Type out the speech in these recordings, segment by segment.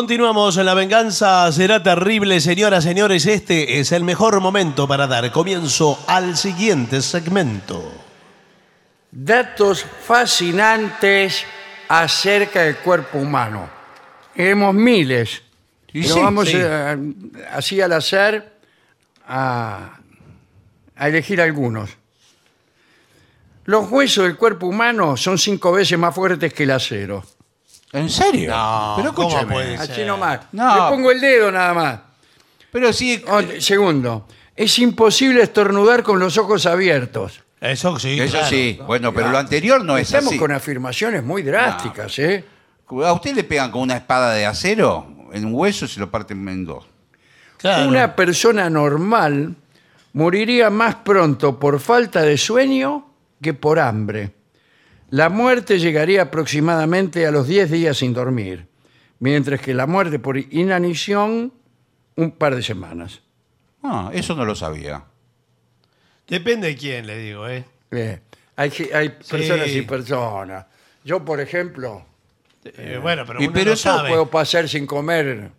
Continuamos en La Venganza Será Terrible, señoras, señores. Este es el mejor momento para dar comienzo al siguiente segmento. Datos fascinantes acerca del cuerpo humano. Tenemos miles. Y Pero sí, vamos sí. eh, así al azar a, a elegir algunos. Los huesos del cuerpo humano son cinco veces más fuertes que el acero. ¿En serio? pero ¿cómo escúchame. puede ser? Así nomás. No. Le pongo el dedo nada más. Pero sí. Oh, segundo, es imposible estornudar con los ojos abiertos. Eso sí. Eso claro. sí. Bueno, pero lo anterior no es Estamos así. con afirmaciones muy drásticas, ¿eh? ¿A usted le pegan con una espada de acero? En un hueso se lo parten en dos. Claro. Una persona normal moriría más pronto por falta de sueño que por hambre. La muerte llegaría aproximadamente a los 10 días sin dormir, mientras que la muerte por inanición un par de semanas. Ah, eso no lo sabía. Depende de quién, le digo, ¿eh? Eh, hay, ge- hay personas y personas. Yo, por ejemplo, Eh, bueno, pero Y uno pero no eso sabe. puedo pasar sin comer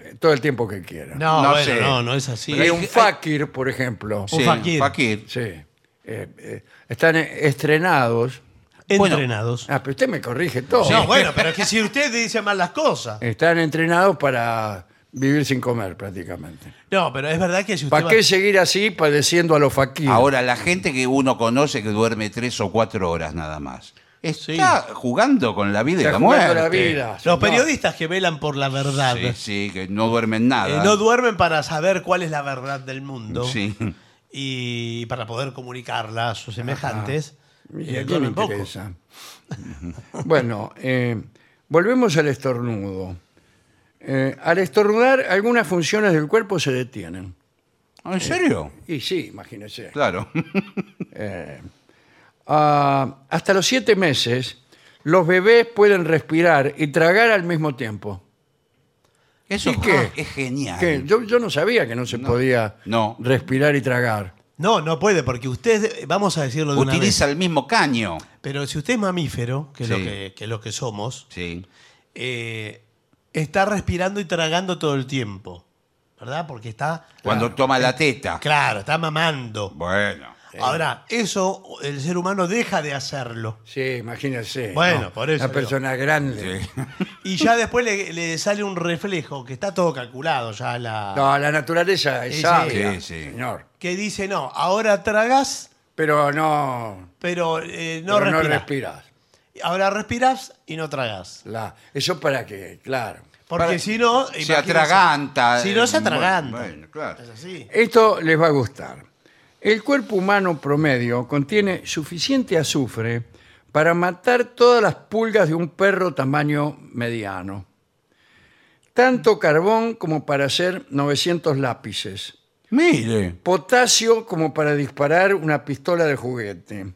eh, todo el tiempo que quiera. No, No bueno, sé. no, no es así. Y un fakir, por ejemplo, Un fakir. sí, eh, eh, están eh, estrenados. Entrenados. Ah, pero usted me corrige todo. No, bueno, pero es que si usted dice mal las cosas. Están entrenados para vivir sin comer prácticamente. No, pero es verdad que si usted. ¿Para va- qué seguir así padeciendo a los faquíes? Ahora, la gente que uno conoce que duerme tres o cuatro horas nada más. Está jugando con la vida y Está la jugando muerte. la vida. Los señor. periodistas que velan por la verdad Sí, sí, que no duermen nada. eh, no duermen para saber cuál es la verdad del mundo Sí. y para poder comunicarla a sus semejantes. ¿Y eh, a quién le duermen poco. interesa? bueno, eh, volvemos al estornudo. Eh, al estornudar, algunas funciones del cuerpo se detienen. ¿En serio? Y sí, imagínese. Claro. Ah, hasta los siete meses, los bebés pueden respirar y tragar al mismo tiempo. Eso ¿Y qué? es Ah, genial. Que yo, yo no sabía que no se podía No. respirar y tragar. No, no puede, porque usted, vamos a decirlo de Utiliza una el mismo caño. vez, pero si usted es mamífero, que es, lo Sí. que, que es lo que somos, Sí. eh, está respirando y tragando todo el tiempo, ¿verdad? Porque está, Cuando toma Eh, la teta. claro, está mamando. Bueno. Ah, Ahora, eso el ser humano deja de hacerlo. Sí, imagínese. Bueno, por eso digo. Una persona grande. Y ya después le, le sale un reflejo, que está todo calculado ya la... No, la naturaleza es Sí, sí. sabia, Sí, sí. señor. Que dice, no, ahora tragás, Pero no, pero eh, no pero no respirás. respiras. ahora respirás y no tragás. La- eso para que, claro. Porque Para- si no... Se imagínese, atraganta. Si no, se eh, bueno, atraganta. Bueno, claro. Es así. Esto les va a gustar. El cuerpo humano promedio contiene suficiente azufre para matar todas las pulgas de un perro tamaño mediano. Tanto carbón como para hacer 900 lápices. Mire. Potasio como para disparar una pistola de juguete.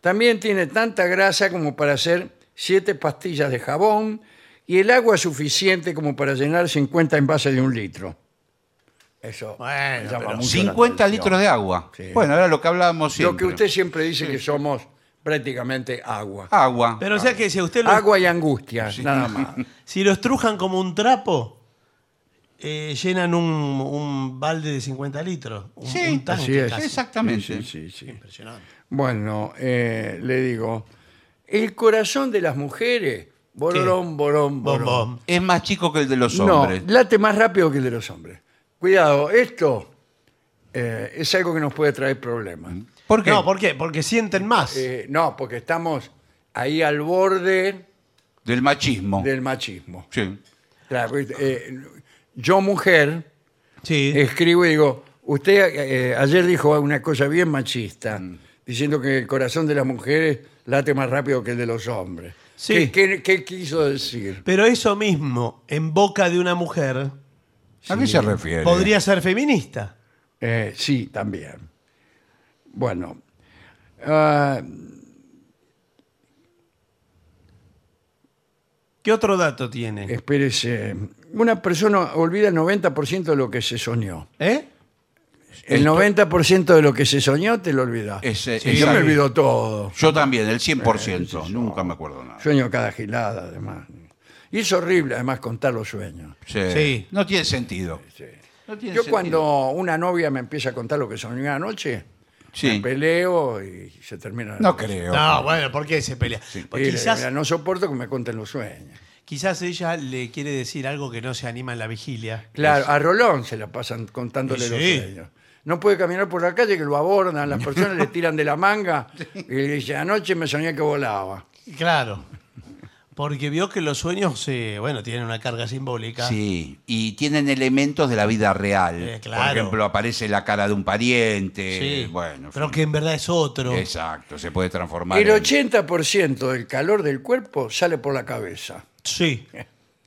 También tiene tanta grasa como para hacer 7 pastillas de jabón y el agua suficiente como para llenar 50 envases de un litro. Eso Bueno, me llama pero mucho la 50 atención. litros de agua. Sí. Bueno, era lo que hablábamos siempre. Lo que usted siempre dice que somos prácticamente agua. Agua. Pero o sea que si a usted lo, Agua y angustia, nada más. si lo estrujan como un trapo, eh, llenan un, un balde de 50 litros. Un, Sí, un tanque así es. casi. Exactamente. Sí, sí. Impresionante. Bueno, eh, le digo, el corazón de las mujeres, borón, Bom, borón, borón. bom. Es más chico que el de los No, hombres. late más rápido que el de los hombres. Cuidado, esto eh, es algo que nos puede traer problemas. ¿Por qué? No, ¿por qué? Porque sienten más. Eh, no, porque estamos ahí al borde Del machismo. del machismo. Sí. Claro, porque, eh, yo, mujer, sí. escribo y digo, usted eh, ayer dijo una cosa bien machista, Mm. diciendo que el corazón de las mujeres late más rápido que el de los hombres. Sí. ¿Qué, qué- qué quiso decir? Pero eso mismo, en boca de una mujer, ¿A qué se refiere? podría ser feminista. Eh, sí, también. Bueno. ah, ¿Qué otro dato Eh. tiene? Espérese. Una persona olvida el 90% de lo que se soñó. ¿Eh? El 90% de lo que se soñó te lo olvidas. Ese- yo me exacto. olvido todo. Eh, Yo también, el 100%. nunca me acuerdo nada. Sueño cada gilada, además. Y es horrible además contar los sueños. Sí. Sí. No tiene sentido. No tiene Yo sentido. cuando una novia me empieza a contar lo que soñó anoche, Sí. me peleo y se termina. la No cosa. creo. No, bueno, ¿por qué se pelea? Pues Y le- quizás, mira, no soporto que me conten los sueños. quizás ella le quiere decir algo que no se anima en la vigilia. Claro, a Rolón se la pasan contándole Y los sí. sueños. No puede caminar por la calle que lo abordan, las personas le tiran de la manga y le dice, anoche me soñé que volaba. Claro. Porque vio que los sueños, eh, bueno, tienen una carga simbólica. Sí, y tienen elementos de la vida real. Eh, claro. Por ejemplo, aparece la cara de un pariente. Sí. eh, Bueno, en pero fin. que en verdad es otro. Exacto, se puede transformar El en, 80% del calor del cuerpo sale por la cabeza. Sí.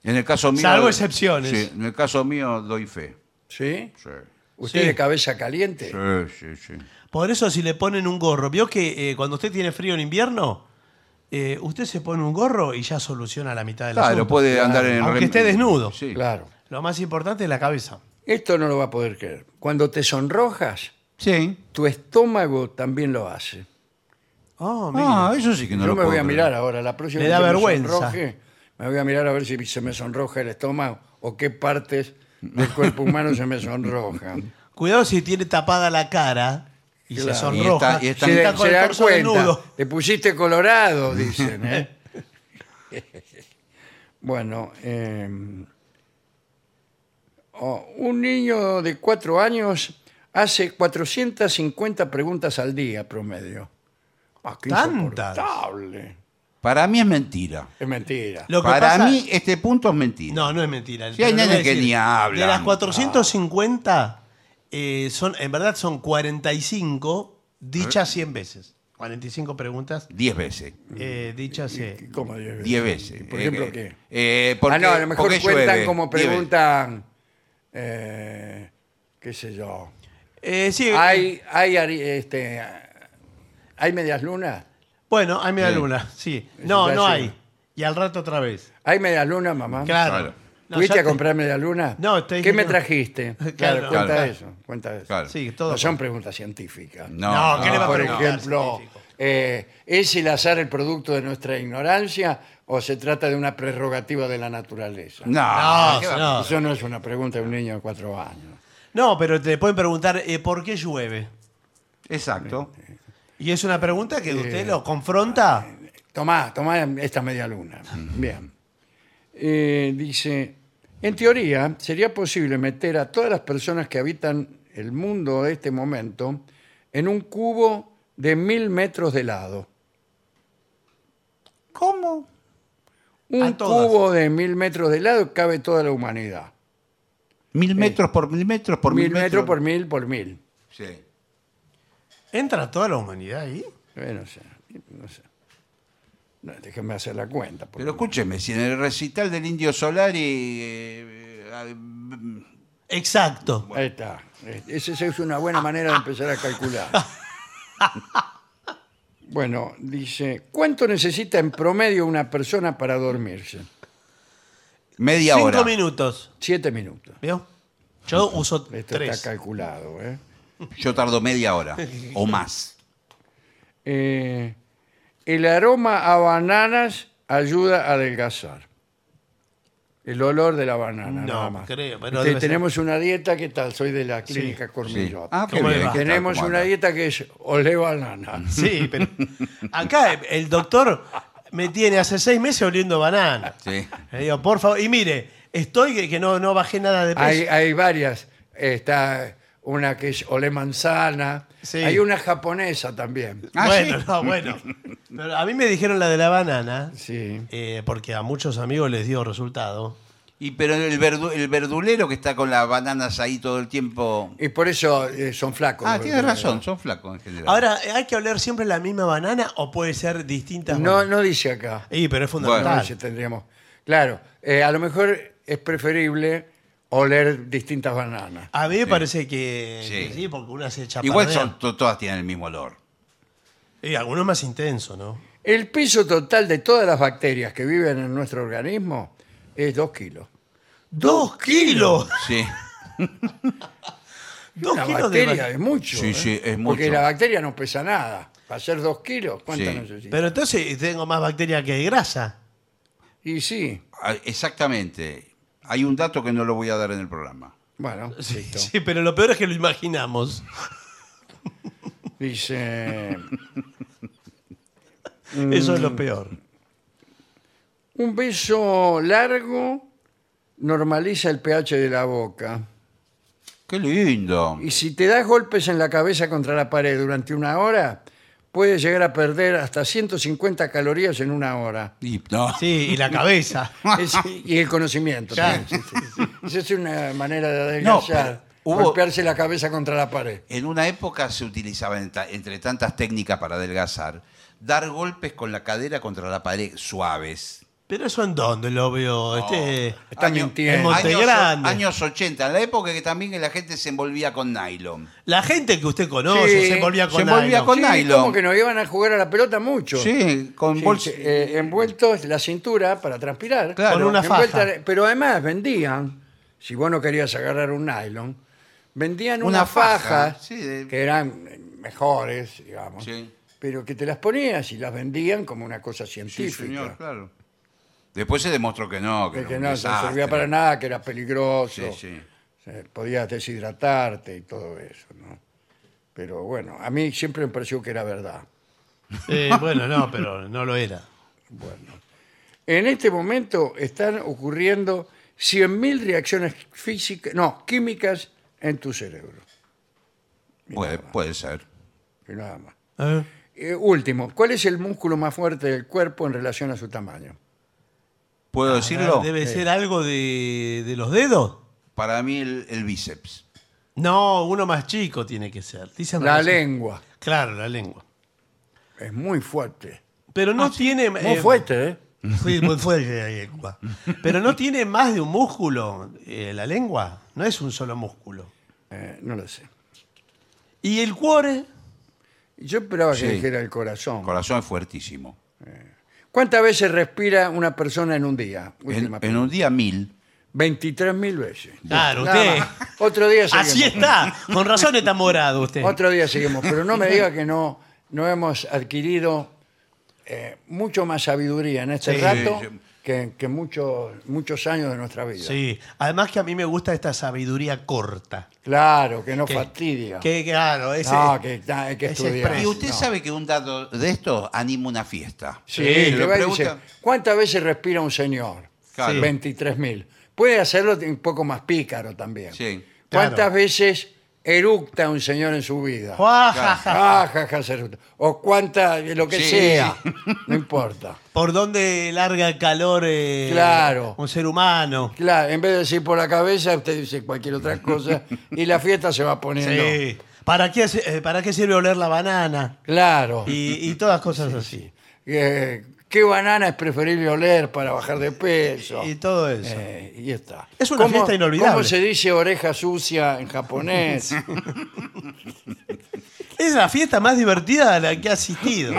en el caso mío. Salvo excepciones. Sí, en el caso mío doy fe. ¿Sí? Sí, ¿Usted Sí. de cabeza caliente? sí, sí. sí. Por eso si le ponen un gorro, vio que eh, cuando usted tiene frío en invierno, eh, usted se pone un gorro y ya soluciona la mitad del Claro, asunto. puede andar en Aunque rem- esté desnudo. Sí. Claro. Lo más importante es la cabeza. Esto no lo va a poder creer. Cuando te sonrojas, Sí. tu estómago también lo hace. Oh, mire. Ah, eso sí que no Yo lo me puedo voy a creer. mirar ahora, la próxima Le da que me vergüenza. sonroje, me voy a mirar a ver si se me sonroja el estómago o qué partes del cuerpo humano se me sonrojan. Cuidado si tiene tapada la cara y Claro. se sonroja. Y está- y está- si Se, está con se el dan torso cuenta, desnudo. te pusiste colorado, dicen. ¿eh? bueno, eh, oh, un niño de cuatro años hace 450 preguntas al día promedio. Ah, qué ¿Tantas? insoportable. Para mí es mentira. Es mentira. Lo que Para pasa- mí este punto es mentira. No, no es mentira. El Sí, hay problema nenes es que ni hablan. Ah. De las 450, eh, son, en verdad son 45 Eh. dichas 100 veces. 45 preguntas Diez veces. Mm. eh, dichas. eh. ¿Cómo diez veces? Diez veces. Por Eh, ejemplo, eh, ¿qué? eh, porque, ah, no, a lo mejor porque cuentan llueve. como Diez veces. preguntan, eh, qué sé yo. Eh, sí, ¿Hay, hay, ari- este, ¿Hay medias lunas? bueno, hay media Sí. luna, sí. Eso No, ya no sí. hay. Y al rato otra vez. ¿Hay medias lunas, mamá? Claro. Claro. No, ¿Fuiste ya a te- comprar medias lunas? No, te dije ¿Qué me no. trajiste? Claro, Claro. cuenta Claro. eso, cuenta eso. Claro. Sí, todo. No son preguntas científicas. No, ¿qué le va a Por preguntar, ejemplo, científico? eh, ¿es el azar el producto de nuestra ignorancia o se trata de una prerrogativa de la naturaleza? No, No, no. Eso no es una pregunta de un niño de cuatro años. No, pero te pueden preguntar eh, por qué llueve. Exacto. Y es una pregunta Eh. que usted lo confronta. Tomá, tomá esta media luna. Bien. Eh, dice, en teoría sería posible meter a todas las personas que habitan el mundo de este momento en un cubo de mil metros de lado. ¿Cómo? Un A todas. cubo de mil metros de lado cabe toda la humanidad. Mil metros por mil metros por mil, mil metros por mil por mil. Sí. ¿Entra toda la humanidad ahí? Eh, no sé, no sé. No, déjenme hacer la cuenta. por Pero favor. escúcheme, si en el recital del Indio Solari... eh, eh, eh, Exacto. Ahí está. Este, Esa es una buena manera de empezar a calcular. Bueno, dice, ¿cuánto necesita en promedio una persona para dormirse? media Cinco hora. minutos. Siete minutos. ¿Vio? Yo uso Esto tres. está calculado. ¿eh? Yo tardo media hora o más. Eh, el aroma a bananas ayuda a adelgazar. El olor de la banana, No, nada más. creo, pero Este, debe ser. tenemos una dieta, ¿qué tal? Soy de la clínica Cormillot. Sí. Ah, qué ¿Cómo le bien. va? ¿Qué tal? tenemos ¿Cómo una anda? dieta que es olé banana. Sí, pero acá el doctor me tiene hace seis meses oliendo banana. Sí. Le digo, por favor, y mire, estoy que, que no, no bajé nada de peso. Hay, hay varias. Está una que es olé manzana. Sí. Hay una japonesa también. Ah, bueno, ¿sí? no, bueno. Pero a mí me dijeron la de la banana, Sí. eh, porque a muchos amigos les dio resultado. Y pero el, verdu- el verdulero que está con las bananas ahí todo el tiempo. Y por eso eh, son flacos. Ah, los tienes verduleros. razón, son flacos en general. Ahora, ¿hay que oler siempre la misma banana o puede ser distintas? No, bananas? no dice acá. Y, pero es No fundamental. dice tendríamos. Claro, eh, a lo mejor es preferible oler distintas bananas. A mí me parece que que sí. Sí. porque una se echa Igual pardea. son, to- todas tienen el mismo olor. Y algunos Eh, más intenso, ¿no? El peso total de todas las bacterias que viven en nuestro organismo es 2 kilos. ¡Dos kilos! Sí, ¡Dos Una kilos de bacteria es mucho. Sí, ¿eh? sí, es Porque mucho. la bacteria no pesa nada. Para ser 2 kilos, ¿cuánta Sí. necesita? Pero entonces tengo más bacteria que grasa. Y sí, Ah, Exactamente. Hay un dato que no lo voy a dar en el programa. bueno, listo. Sí, pero lo peor es que lo imaginamos. Dice, Eso es lo peor. un beso largo normaliza el pH de la boca. ¡Qué lindo! Y si te das golpes en la cabeza contra la pared durante una hora, puedes llegar a perder hasta 150 calorías en una hora. Y- no. Sí, y la cabeza. Es- y el conocimiento. Claro. también, sí, sí, sí. Esa es una manera de No, adelgazar. pero hubo- Golpearse la cabeza contra la pared. En una época se utilizaba, en ta- entre tantas técnicas para adelgazar, dar golpes con la cadera contra la pared suaves. Pero eso en dónde lo veo. Este, Está Año- en mintiendo. Monte años, Grande. años 80, en la época que también la gente se envolvía con nylon. La gente que usted conoce Sí, se envolvía se con envolvía nylon. con Sí, nylon. como que nos iban a jugar a la pelota mucho. Sí, con Sí, bolsa. sí, eh, envueltos la cintura para transpirar. Claro. Con una Envuelta- faja. pero además vendían, si vos no querías agarrar un nylon, vendían Una unas faja, fajas sí, de- que eran eh, mejores, digamos. Sí. Pero que te las ponías y las vendían como una cosa Sí, científica. señor, claro. Después se demostró que no, que, que, era que un no se desastre. servía para nada, que era peligroso, Sí, sí. eh, podías deshidratarte y todo eso, ¿no? Pero bueno, a mí siempre me pareció que era verdad. Eh, bueno, no, pero no lo era. En este momento están ocurriendo 100.000 reacciones físicas, no, químicas en tu cerebro. Puede, puede ser. Y nada más. ¿Eh? Eh, último, ¿cuál es el músculo más fuerte del cuerpo en relación a su tamaño? ¿Puedo Ah, decirlo? Ah, ¿Debe ser algo de, de los dedos? Para mí el, el bíceps. No, uno más chico tiene que ser. Dicen La razón. lengua. Claro, la lengua. Es muy fuerte. Pero no tiene. Muy eh, fuerte, ¿eh? Sí, muy fuerte la lengua. Pero no tiene más de un músculo eh, la lengua. No es un solo músculo. Eh, No lo sé. ¿Y el cuore? Yo esperaba que Sí. dijera el corazón. El corazón es fuertísimo. ¿Cuántas veces respira una persona en un día? En, Última en un día mil. 23.000 veces. Claro, Nada usted. más. Otro día seguimos. Así está. Con razón está morado usted. Otro día seguimos. Pero no me diga que no, no hemos adquirido eh, mucho más sabiduría en este Sí, rato sí. que, que muchos, muchos años de nuestra vida. Sí. Además que a mí me gusta esta sabiduría corta. Claro, que no Que- fastidia. Que claro, ese. no, que ah, hay que ese estudiar. express. Y usted No. sabe que un dato de esto anima una fiesta. Sí, Sí, le lo va y pregunta- dice, ¿cuántas veces respira un señor? Claro. Sí. 23.000. Puede hacerlo un poco más pícaro también. Sí. ¿Cuántas Claro. veces eructa un señor en su vida? Juá, ja, ja. Ah, ja, ja, se eructa. O cuánta, lo que Sí. sea, no importa. Por donde larga el calor eh, Claro. un ser humano. Claro, en vez de decir por la cabeza, usted dice cualquier otra cosa y la fiesta se va poniendo. Sí. ¿Para qué, hace- eh, ¿Para qué sirve oler la banana? Claro. Y, y todas cosas así. Eh, ¿Qué banana es preferible oler para bajar de peso? Y todo eso. Eh, y está. Es una fiesta inolvidable. ¿Cómo se dice oreja sucia en japonés? Es la fiesta más divertida a la que he asistido.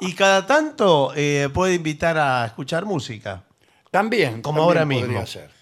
Y cada tanto eh, puede invitar a escuchar música. También. Como también ahora podría mismo. ser.